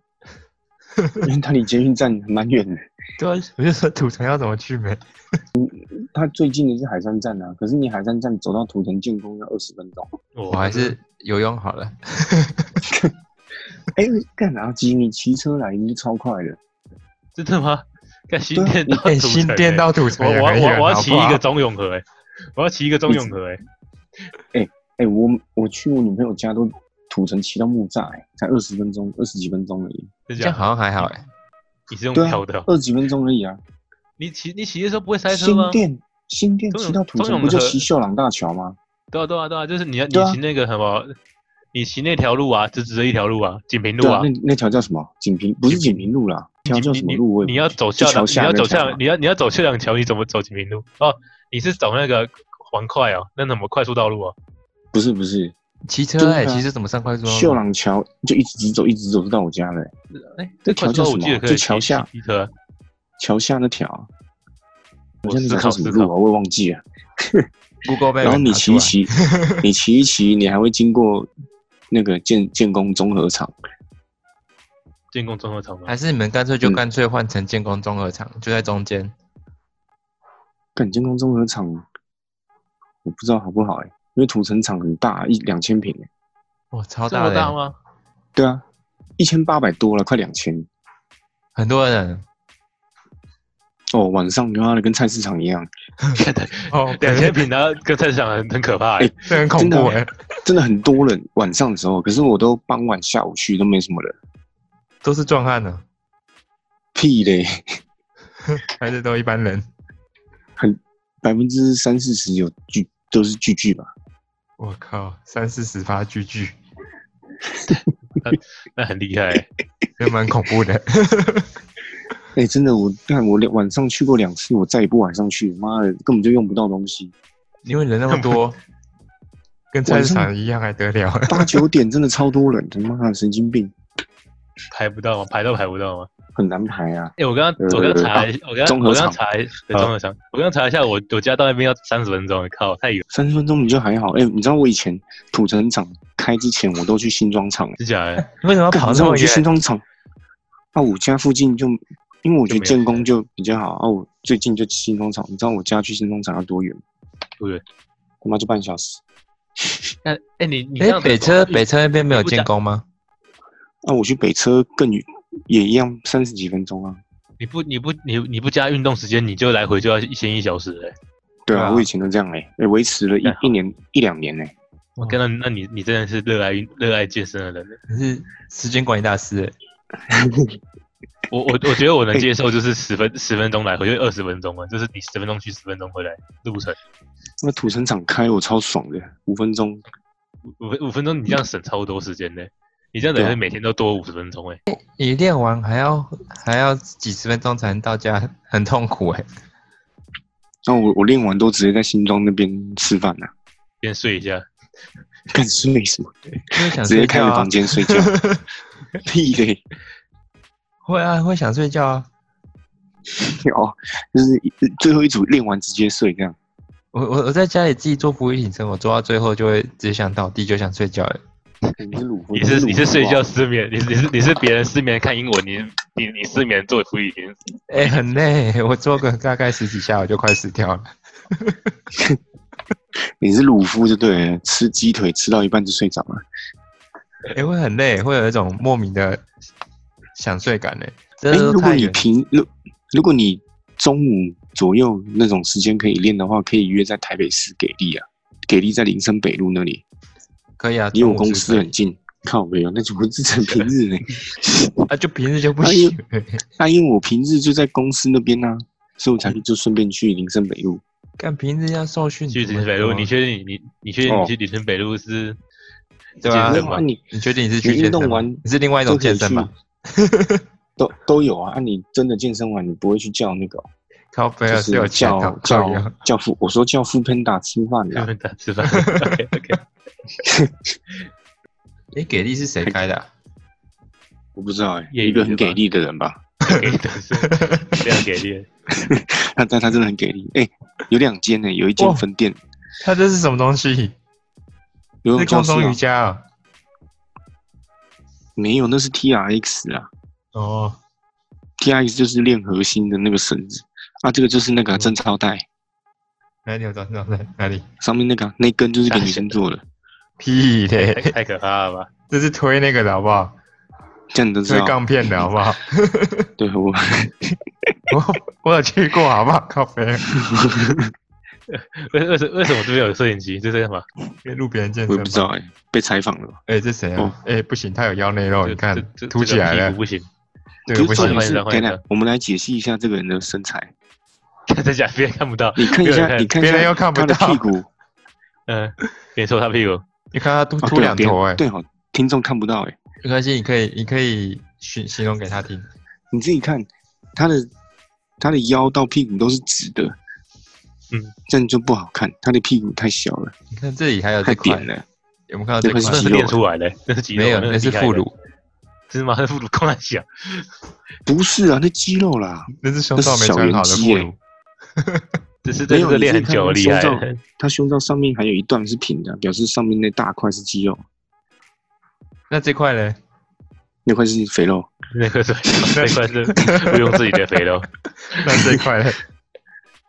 因为它离捷运站蛮远的。
对啊，我就说土城要怎么去没？
它最近的是海山站啊，可是你海山站走到土城建工要二十分钟。
我
我还是游泳好了。
哎、干阿基，你骑车来，你超快的。
真的吗？看新
对啊
店到
哎，
土 城
新店
欸
到土城
我
也
我
很
要
远，
我要
好
骑
不
一
好
个中永和、欸，我要骑一个中永和、欸，
哎、我我去我女朋友家都土城骑到木栅、哎才二十分钟，二十几分钟而已，
真
这样
假？
好像还好哎。
你是用
对啊
跳的哦、
二十几分钟而已啊。
你骑你骑的时候不会塞车
新
吗？
店新店
中永
骑到土
中
城
永
不就
和
骑秀朗大桥吗？
对啊对啊对啊，就是你要你
对啊
骑那个什么，你骑那条路啊，直直的一条路啊，锦屏路
对啊
啊，，
那那条叫什么？锦屏不是锦屏路啦，条叫
你
什么
你
路？我也
你要走校
就桥
长，你
下
要
那
走
条
校
啊，
你要你要走校长桥，你怎么走锦屏路？哦，你是走那个环快哦，那什么快速道路哦，
不是不是，
骑
真
车
的
哎，
啊
骑车怎么上快速道路？
秀朗桥就一直直走，一直走到我家了、哎
哎，
这
快
桥
速
叫什
道路我
么
记得
啊？这
可以
桥
骑
下
骑车，
桥下那条啊，我现在
思
在
考
叫什么
思
路
考
啊？我也忘记了。
Google Map
然后你
拿出
骑一
来
骑， 你骑一骑，你还会经过那个建建工综合厂，
建工综合场吗
还？是你们干脆就
嗯
干脆换成建工综合场，就在中间。
干建工综合厂，我不知道好不好哎、因为土城厂很大，一两千平哎。
哇，超
这
大
么
的
大
欸，
吗？
对啊，一千八百多了，快两千。
很多人。
哦，晚上他妈的跟菜市场一样，
哦，
两
对
千平的跟菜市场很很可怕、欸
哎，
这很恐
真的
怖哎、
真的很多人晚上的时候，可是我都傍晚下午去都没什么人，
都是壮汉啊呢，
屁嘞，
还是都一般人？
百分之三四十有聚都是聚聚吧，
我靠，三四十发巨巨，
那很厉害、欸
也蛮恐怖的。
哎、真的，我看我两晚上去过两次，我再也不晚上去，妈的，根本就用不到东西。
因为人那么 多，跟菜市场一样还得了？
八九点真的超多人，他妈的神经病，
排不到吗？排都排不到吗？
很难排啊。
哎、我刚刚我刚刚查了一下，我刚刚
综合
我刚刚
场
查了一下，对综合场，我刚刚查一下，我我家到那边要三十分钟，靠，太远，
三十分钟你就还好，哎、你知道我以前土城厂开之前，我都去新庄厂、欸，
是假的？
为什么要
干
跑
你知
这
道
么
我去新
远？
庄厂，啊，我家附近就，因为我觉得
就没有
建工就比较好啊，我最近就去新庄厂，你知道我家去新庄厂要多远吗？
多远？
他妈就半小时。
那哎、你你这
哎、
样子
北车
不
北车那边没有
不讲
建工吗？
啊，我去北车更远，也一样三十几分钟啊。
你不你不你你不加运动时间，你就来回就要一千一小时了欸。
对
对
啊，
啊
我以前都这样哎、欸，欸维、持了一
对啊
一年一两年哎、
我跟到那你你真的是热爱运热爱健身的人欸。
你是时间管理大师、欸
我我我觉得我能接受，就是十分十分钟来回，就二十分钟啊，就是你十分钟去，十分钟回来，路程
那土城厂开我超爽的，五分钟。
五分五分钟，你这样省超多时间的。你这样等
对
于
啊
每天都多五十分钟哎、
你练完还要还要几十分钟才能到家，很痛苦 哎、
那我我练完都直接在新庄那边吃饭呐、啊，
先睡一下。
干睡什么？
因为想
直接
睡
开
觉
个
啊
房，间睡 觉，屁嘞！
会啊会想睡觉啊。
哦，就是一最后一组练完直接睡这样。
我我我在家里自己做俯卧撑，我做到最后就会只想倒地，就想睡觉了。
你是鲁夫，
你是
鲁夫啊
你是睡
好不好
觉失眠，你是你是你是别人失眠看英文，你你你失眠做辅语音，
哎、很累，我做个大概十几下我就快死掉了。
你是鲁夫就对了，吃鸡腿吃到一半就睡着了。
哎、会很累，会有一种莫名的想睡感呢、真
哎、
的
如
是
果
太
你
远。
平如如果你中午左右那种时间可以练的话，可以约在台北市给力啊，给力在林森北路那里，
可以啊，
离我
中午
公
时
司
段
很近。靠没有，那就不是成平日呢、
啊，就平日就不
哎
行。
那因为我平日就在公司那边呢、啊，所以我才就顺便去林森北路。
干平日要受训
去
怎么
林森北路，
说
你确定你你你确定
哦
你去林森北路是
对啊
健
没
身
有
吗
啊，？你
你确定你是去
你运
健身
动
吗？
完
你是另外一种
都可以
健身
去
吧？？
都都有啊，啊，你真的健身完，你不会去叫那个哦、
靠背
就
啊，
是
是有钱
叫
哦，靠腰
叫 叫富，我说叫富 Panda 吃饭
他
的、
们打 吃饭。OK OK，
哎，给力是谁开的啊？
我不知道哎、
业余
一个很
的吧
给力的人吧，
给力的是非常给力的。
他但他真的很给力，哎、有两间呢、有一
哇
间分店，
他这是什么东西？
游
是
泳
空
教室、
中
啊
瑜、伽啊？
没有，那是 T R X 啊
哦，
，T R X 就是练核心的那个绳子啊，这个就是那个啊
嗯
贞操带
哪里有找到在哪里？
上面那个啊、那根就是给
大
女
学
生做的，
屁
太
嘞，
太可怕了吧！
这是推那个的好不好？
这样你都知
推
道。
杠片的好不好？
对我，
我我有去过好不好？靠背，
为为什为什么这边有摄影机？这是干嘛？
路边健
我也
身
不知道
吗？
哎、被采访了吧。
哎，这谁
哦
啊？哎，不行，他有腰内肉，
这
你
这
看
这
凸起来
这个屁
了
股，不行，
这
可
个
是重
不行
点。
换一
是
张，换一
等
张
等，我们来解析一下这个人的身材。
在家别人看不到。
你看一
没有
下，
人
你看一
别人
下
又看不
他的
到
屁股，
嗯，别抽他屁股。
你看他凸
啊
凸
对
两
啊别人
坨哎，
对哦，听众看不到哎、
没关系，你可以你可以形形容给他听。
你自己看，他的他的腰到屁股都是直的，
嗯，
这样就不好看，他的屁股太小了，
你看这里还有这
太
块
扁，了。
有没有看到这块？
这
那
块
是
肌肉
练出来的，那是肌肉，
没有，
那
那是
厉害的
副，乳，
是吗？那副乳光太小，
不是啊，那肌肉啦，
那是胸罩没穿
那
好的
是小
副
圆
乳
肌。
只是这
没
这
有
个
你
练
自
很
己看
久，
他
厉
胸
害。
罩他胸罩上面还有一段是平的，表示上面那大块是肌肉，
那这块呢？
那块是肥肉。
那个是那块是不用自己的肥肉，
那这块呢？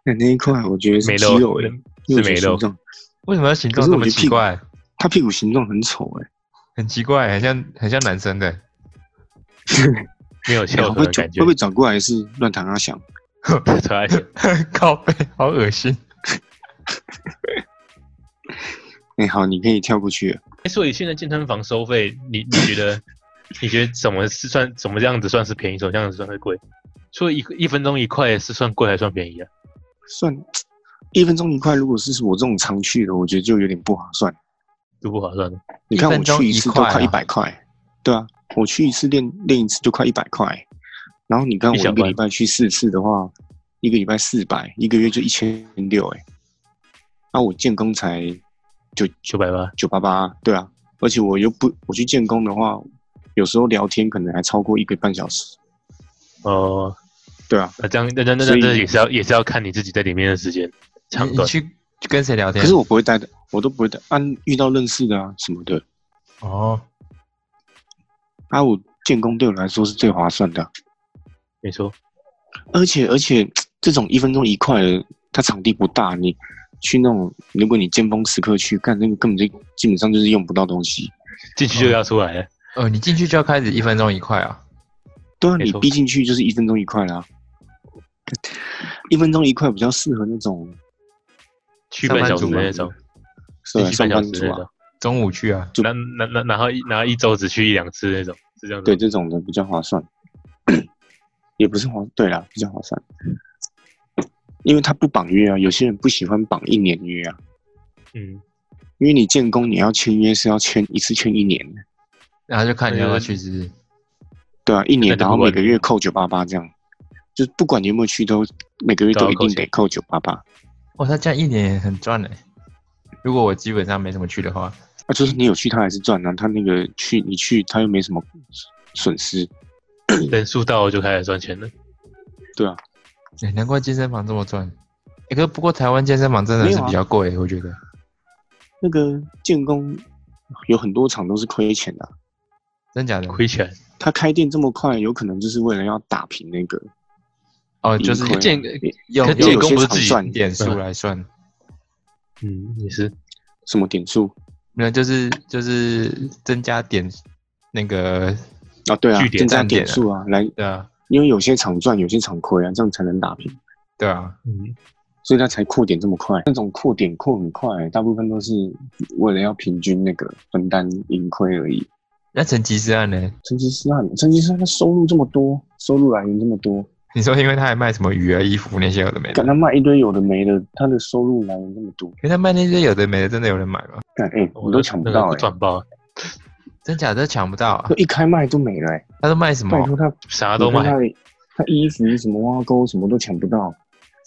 那 那一块我觉得是
没
肌
肉
肉
嗯
诶、因
是
为我觉
没
得
肉
形，状，
为什么要形状
可是
这
我
么
觉得
奇
屁股
怪？
他屁股形状很丑欸诶、
很奇怪，很像很像男生的。
没有
欸，
翘
会不 会
臀的感觉
会不。会转过来是乱弹阿翔？啊
扯来扯去，
靠背好恶心。
哎、好，你可以跳过去了。
哎，所以现在健身房收费，你你觉得你觉得怎么是算怎么样子算是便宜，什么样子算是贵？所以一一分钟一块是算贵还是算便宜啊？
算一分钟一块，如果是我这种常去的，我觉得就有点不划算。
都不划算的。
你看
一
我
分钟
去一次都
一块啊
快一百块，对啊，我去一次练练一次就快一百块，然后你看我
一小
一个
块
礼拜去四次的话，一个礼拜四百，一个月就一千六，哎，那我建工才就
九百八，
九八八，对啊，而且我又不我去建工的话，有时候聊天可能还超过一个半小时，
哦，
对啊，
那这样，那那那
所
那
以嗯
这也是要也是要看你自己在里面的时间长
你你
短。
去跟谁聊天？
可是我不会待的，我都不会待，按、遇到认识的啊什么的，
哦，
啊，我建工对我来说是最划算的啊、
没错，
而且而且这种一分钟一块的，它场地不大，你去那种，如果你尖峰时刻去干，那个根本就基本上就是用不到东西。
进去就要出来了。
哦，你进去就要开始一分钟一块啊？
对啊，
没
你
错
逼进去就是一分钟一块啦。一分钟一块比较适合那种
去半小时的那
上
种，
是吧
去
上
半小
班
时
族
的那
啊
种，，
中午去啊？
然然然然后一然后一周只去一两次那种，是这样子
对
吗。
这种的比较划算， 也不是划对啦，比较划算，因为它不绑约啊，有些人不喜欢绑一年约啊，
嗯，
因为你建工你要签约是要签一次签一年的，
然后就看你要不要去，是不是？
对啊，一
那
年
就
然
不
后每
管
个
了
月扣九八八这样，就是不管你有没有去都每个月
都要
都一
扣
定
钱
得扣九八八啊，
哇，哦他这样一年也很赚嘞。如果我基本上没怎么去的话，
就是你有去他还是赚啊，他那个去你去他又没什么损失，
人数到了就开始赚钱了。
对啊，
哎难怪健身房这么赚。哎，可是不过台湾健身房真的
没
是
有啊
比较贵，我觉得。
那个建工有很多场都是亏钱的啊、
真假的？
亏钱
他开店这么快，有可能就是为了要打平那个，
哦，就是
盈亏
建，
用
可
因为
用
有
工不
些
是
场
自己
赚
点数来算，
嗯，也是
什么点数
没有，就是就是增加点那个，
啊，对啊
据，点
增加
站点
点数啊，来，
对啊，
因为有些场赚，有些场亏啊，这样才能打平，
对啊，
嗯，
所以他才扩点这么快。那种扩点扩很快、大部分都是为了要平均那个分担盈亏而已。
那成吉思汗呢？
成吉思汗，成吉思汗他收入这么多，收入来源这么多，
你说因为他还卖什么鱼啊、衣服那些有的没的
干，他卖一堆有的没的，他的收入来源这么多，
可是他卖那些有的没的，真的有人买吗？
干哎、我都抢不
那个
到哎、
赚爆，
真假的抢不到啊
就！一开卖都没了哎、
他都卖什
拜
么？
托他，
哦啥都
你看
买
他，的他衣服什么挖沟什么都抢不到，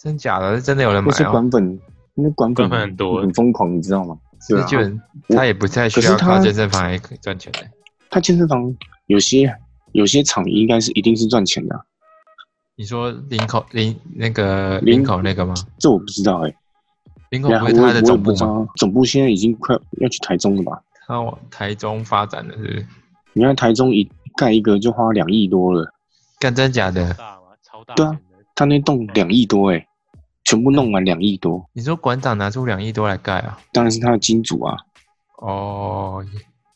真假的？真的有人买
那些
哦？
管粉，那管粉
管粉很多
很疯狂，你知道吗？
所
对
以
啊
基，本
我
他也不太需
可
要
是他
靠健身房来赚钱的，
他健身房有些有些场应该是一定是赚钱的啊、
你说林口林那个
林
林口那个吗？
这我不知道哎、
林口
然
不
后
是
我
他
也我
的
也
总
不
部
知
吗？
道，啊总部现在已经快要去台中了吧？
他往台中发展的是不是？
你看台中一盖一个就花两亿多了，
干真假的？
大嘛，超大
对啊
间的，
他那栋两亿多哎、全部弄完两亿多，
你说馆长拿出两亿多来盖啊？
当然是他的金主啊。
哦，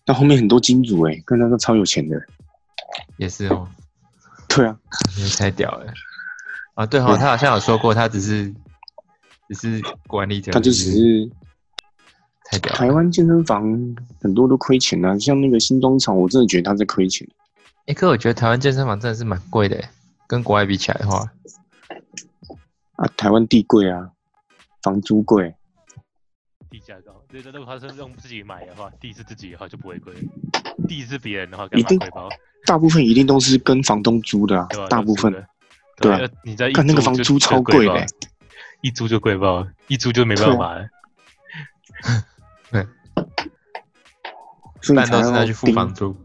但后面很多金主哎、跟他都超有钱的。
也是哦，
对啊，
也太屌了啊！对哦，
对
他好像有说过，他只是只是管理者，
他就只
不
是
太屌
台
了。
湾健身房很多都亏钱啊，像那个新东厂，我真的觉得他在亏钱。
哎、可我觉得台湾健身房真的是蛮贵的耶，跟国外比起来的话，
啊，台湾地贵啊，房租贵，
地价高。对，如果他是用自己买的话，地是自己的话就不会贵，地是别人的话干
一
嘛
定
贵包？
大部分一定都是跟房东租的啊
对吧？，
大部分
对。
对啊
呃你在一
看那个
租
房
就
租
就
超
贵
贵啊
爆
的欸
一租就贵爆，一租就没办法了。
所以
但
才
都是
要
在去付
盯，
房嗯租。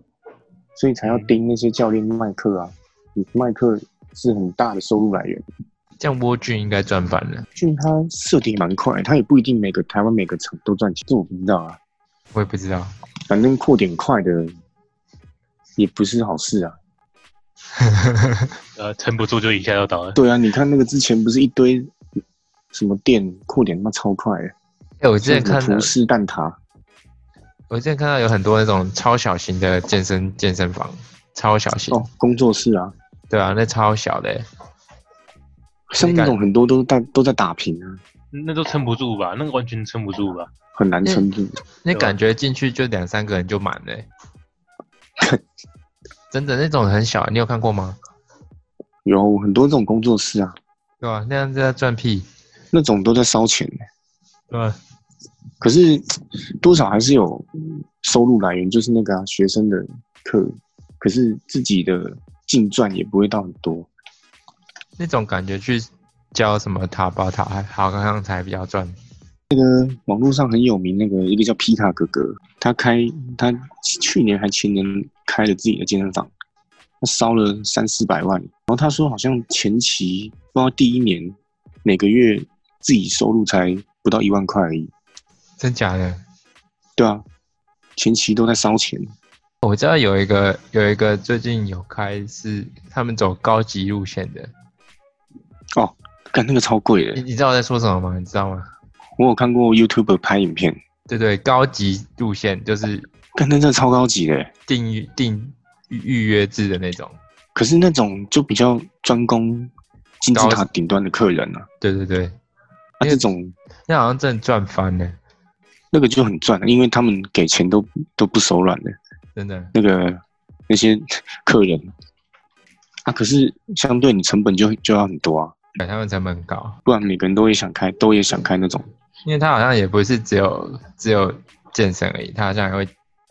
所以才要盯那些教练卖课啊。你卖课是很大的收入来源，
这样蜗苣应该赚翻了，
俊他设定蛮快，他也不一定每个台湾每个厂都赚钱，这我不知道啊。
我也不知道。
反正扩点快的也不是好事啊。
呃，撑不住就一下就倒了。
对啊，你看那个之前不是一堆什么店扩点他妈超快的，
哎、我之前看到
厨，师蛋挞，
我之前看到有很多那种超小型的健身健身
哦
房，超小型，
哦，工作室啊，
欸对啊，那超小的耶，
像那种很多都在都在打平啊，
那都撑不住吧？那个完全撑不住吧？
很难撑住。
那
对吧
感觉进去就两三个人就满了欸、真的那种很小，你有看过吗？
有很多这种工作室啊，
对吧、那样子在赚屁，
那种都在烧钱欸、
对啊吧、
可是多少还是有嗯收入来源，就是那个、啊、学生的课，可是自己的净赚也不会到很多。
那种感觉去教什么塔巴塔还好像才比较赚。
网络上很有名那个一个叫皮卡哥哥，他开他去年还前年开了自己的健身房，他烧了三四百万。然后他说好像前期不知道第一年每个月自己收入才不到一万块而已，
真假的？
对啊，前期都在烧钱。
哦我知道有一个有一个最近有开是他们走高级路线的，
哦干那个超贵
你
的，
你知道我在说什么吗？你知道吗？
我有看过 YouTube 拍影片，
对对，高级路线就是
干那真的超高级的欸、
订预订预预约制的那种。
可是那种就比较专攻金字塔顶端的客人啊，
对对对，
那、这种
那好像真的赚翻了，
那个就很赚，啊因为他们给钱都都不手软的。
真的。
那个那些 客人啊，可是相对你成本就就要很多啊，
对他们成本很高，
不然每个人都也想开，都也想开那种，
因为他好像也不是只有只有健身而已，他好像还会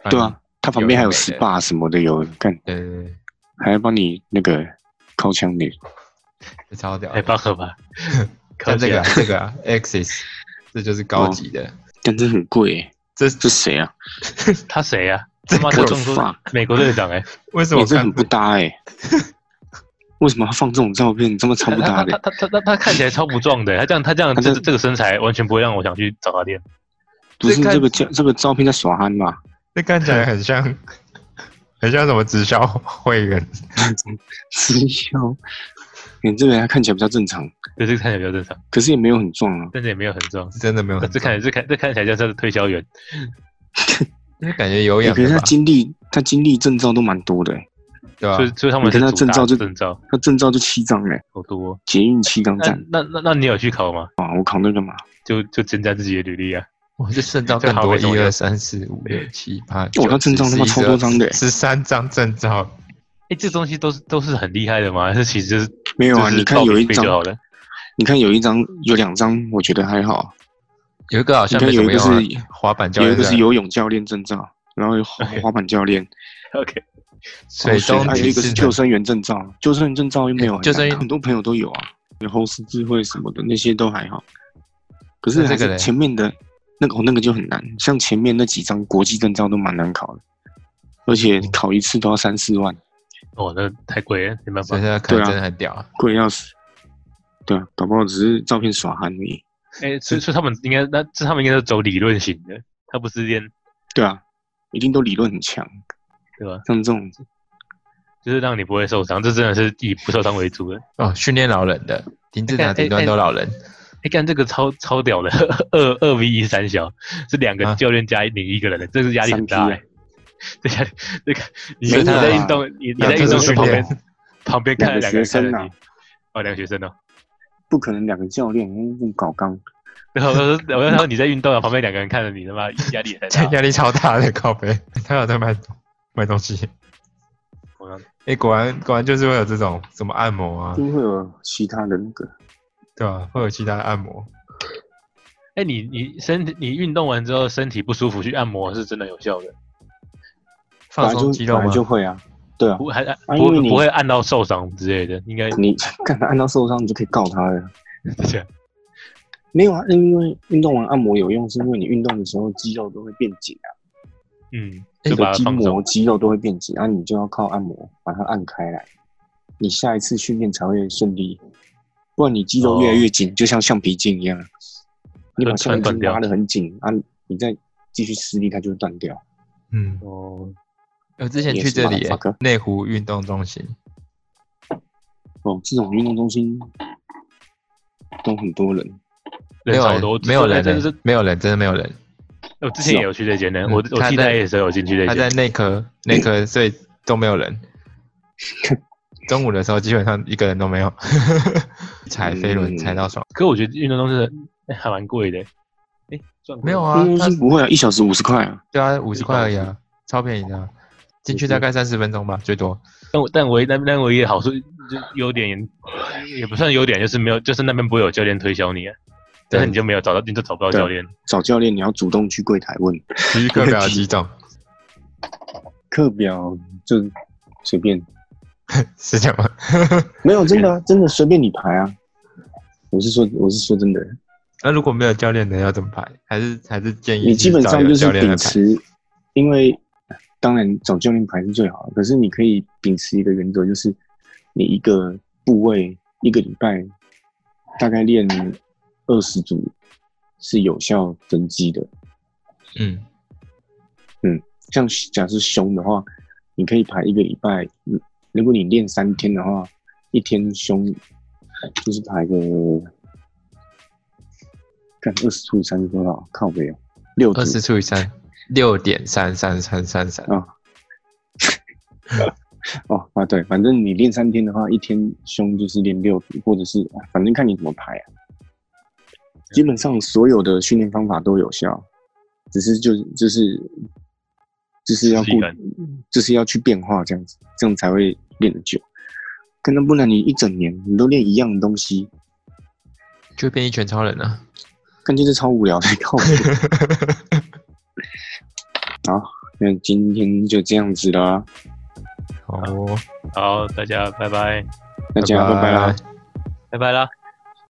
帮
对
你
啊，，他旁边还有
嗯有的没的
SPA 什么的有，干
对对对
还要帮你那个靠枪的，
这超屌的。
太棒了吧？可
看这
以
个、
哎啊
啊、这个、啊、Axis，这就是高级的。
但这很贵耶、
这
这谁啊？
他谁呀？他妈
这
的
个
中说
fuck
美国队长哎，
为什么
你
我
这很
看
不搭哎、 为什么要放这种照片？这么超不搭
他他
的、
他他他他看起来超不壮的，他这样他这样
他这
这这个身材完全不会让我想去找他练。
不是
这看
这个照这个照片在耍憨吧？
这看起来很像，很像什么直销会员？
直销，你这个人看起来比较正常，
对，这个看起来比较正常，
可是也没有很壮啊。
但是也没有很壮。
真的没有很
这看起来这看这看起来像是推销员，
就是感觉有
欸
氧
可是
的
他
吧，
经历他经历证照都蛮多的、欸，
对吧啊
所？以所以他们
你看
是
他
主
证
打
照就
证照
他证照就七张哎、
好多哦。
捷运七张
那
站
那那那你有去考吗？
啊，我考那个嘛，
就就增加自己的履历啊。
我这证照
这
更
好
多，
没什么
一
用
二三四五六七八
我
九，
那证照他妈超多张的欸，
十三张证照，
哎，这东西都是都是很厉害的吗？还是其实就是
没有啊？
就是
你看
报
有
名
一
费
张
就，好了。
你看有一张，有两张，我觉得还好，
有一个好像
你
没
看
什么用
有
啊
一个是
滑板教
有一
练
个
的
是游泳教练证照，然后有滑
OK
滑板教练，
OK，
水中
还有一
体
个是
适
救
能，
生员证照，救生员证照又没有很
哎救生员
难，很多朋友都有啊，有后视智慧什么的那些都还好，可是
那这
还
个
是
嘞
前面的那个哦那个就很难，像前面那几张国际证照都蛮难考的，而且
嗯
考一次都要三四万，
哦，那太贵了，没办
所
法
以。他可
对
能
啊
真的很屌啊。
贵得要死。对啊，搞不好只是照片耍憨而已。
哎，所以所以他们应该那这他们应该是走理论型的，他不是练
对啊，一定都理论很强，
对吧？
像这 种
就是让你不会受伤，这真的是以不受伤为主的。
哦，训练老人的，停滞
哎
塔
哎
顶端
哎
都老人，
哎，干这个超超屌的，二二 v 一三小是两个
啊
教练加你一个人的，这是压力很大
三 P 啊
欸。这压力这个，你
没
你
有啊
在运动，你你
那
在
这
运
是
动室
训
旁边
练，
旁边看
两
了
个
两个
学生
人看着
啊
你，，哦，两个学生哦。
不可能两个教练那种搞刚，
然后我说，我就说你在运动啊，旁边两个人看着你，他妈压力也太
这
大。
压力超大的，靠背，他有在卖卖东西。
我想
哎、果然果然就是会有这种什么按摩啊
一，定会有其他的那个。
对吧、会有其他的按摩，
哎，你你身体你运动完之后身体不舒服去按摩是真的有效的，
本
放
来就
松肌肉
本来
吗？
就会啊，对啊，
不还
啊
不
因为
会
你
不会按到受伤之类的，应该
你 干他按到受伤你就可以告他了。
这样。
没有啊，因为运动完按摩有用，是因为你运动的时候肌肉都会变紧啊，
嗯，
哎
就
的
把它
筋
放松
膜、。肌肉都会变紧，然、啊、后你就要靠按摩把它按开来，你下一次训练才会顺利。不然你肌肉越来越紧，就像橡皮筋一样，啊你把
哦就
橡皮
断
筋
掉
拉得很紧啊，你再继续施力，它就会断掉。
嗯，
哦，
我之前去
Yes,
这里耶
motherfucker
内湖运动中心，
哦，这种运动中心都很多人，
没
人
有
超
人
多，
没有人
真的
的
是，
没有人，真的没有人。
我之前也有去这间呢，
嗯
我我
他
替
在
代的时候有进去这
他在
间，
内科，内科所以都没有人。中午的时候基本上一个人都没 有，踩飞轮踩到爽。
可我觉得运动东西还蛮贵的，哎，赚
没有
啊？
啊，
应
它
该是不会啊，一小时五十块啊。
对啊，五十块而已啊，超便宜的、啊。进去大概三十分钟吧，最多。
但我但唯但但唯一的好处就优点也也不算优点，就是没有，就是那边不会有教练推销你啊，但是你就没有找到，你就找不到
对
教练。
找教练你要主动去柜台问，
体育课表有几种？
课表就随便，
是这样吗？
没有真的啊，真的随便你排啊。我是说，我是说真的，
那如果没有教练的要怎么排？还是还是建议
你基本上
去
就是
找有教练来
秉
排。
持，因为当然找教练排是最好的，可是你可以秉持一个原则，就是你一个部位一个礼拜大概练二十组是有效增肌的。
嗯，
像假设胸的话，你可以排一个礼拜，嗯如果你练三天的话，一天胸就是排个，干二十除以三是多少？靠背哦，六组
二十除以三， 六点三三三三三。
哦啊，对，反正你练三天的话，一天胸就是练六组，或者是啊反正看你怎么排啊。基本上所有的训练方法都有效，只是就就是就是要
自
顾
己感，
就是要去变化这样子，这样才会练得久。可能不然你一整年你都练一样的东西，
就变一拳超人了。
感觉是超无聊的。靠 我！好，那今天就这样子啦，
好哦，
好，大家拜拜，
大家拜拜啦。
拜拜啦。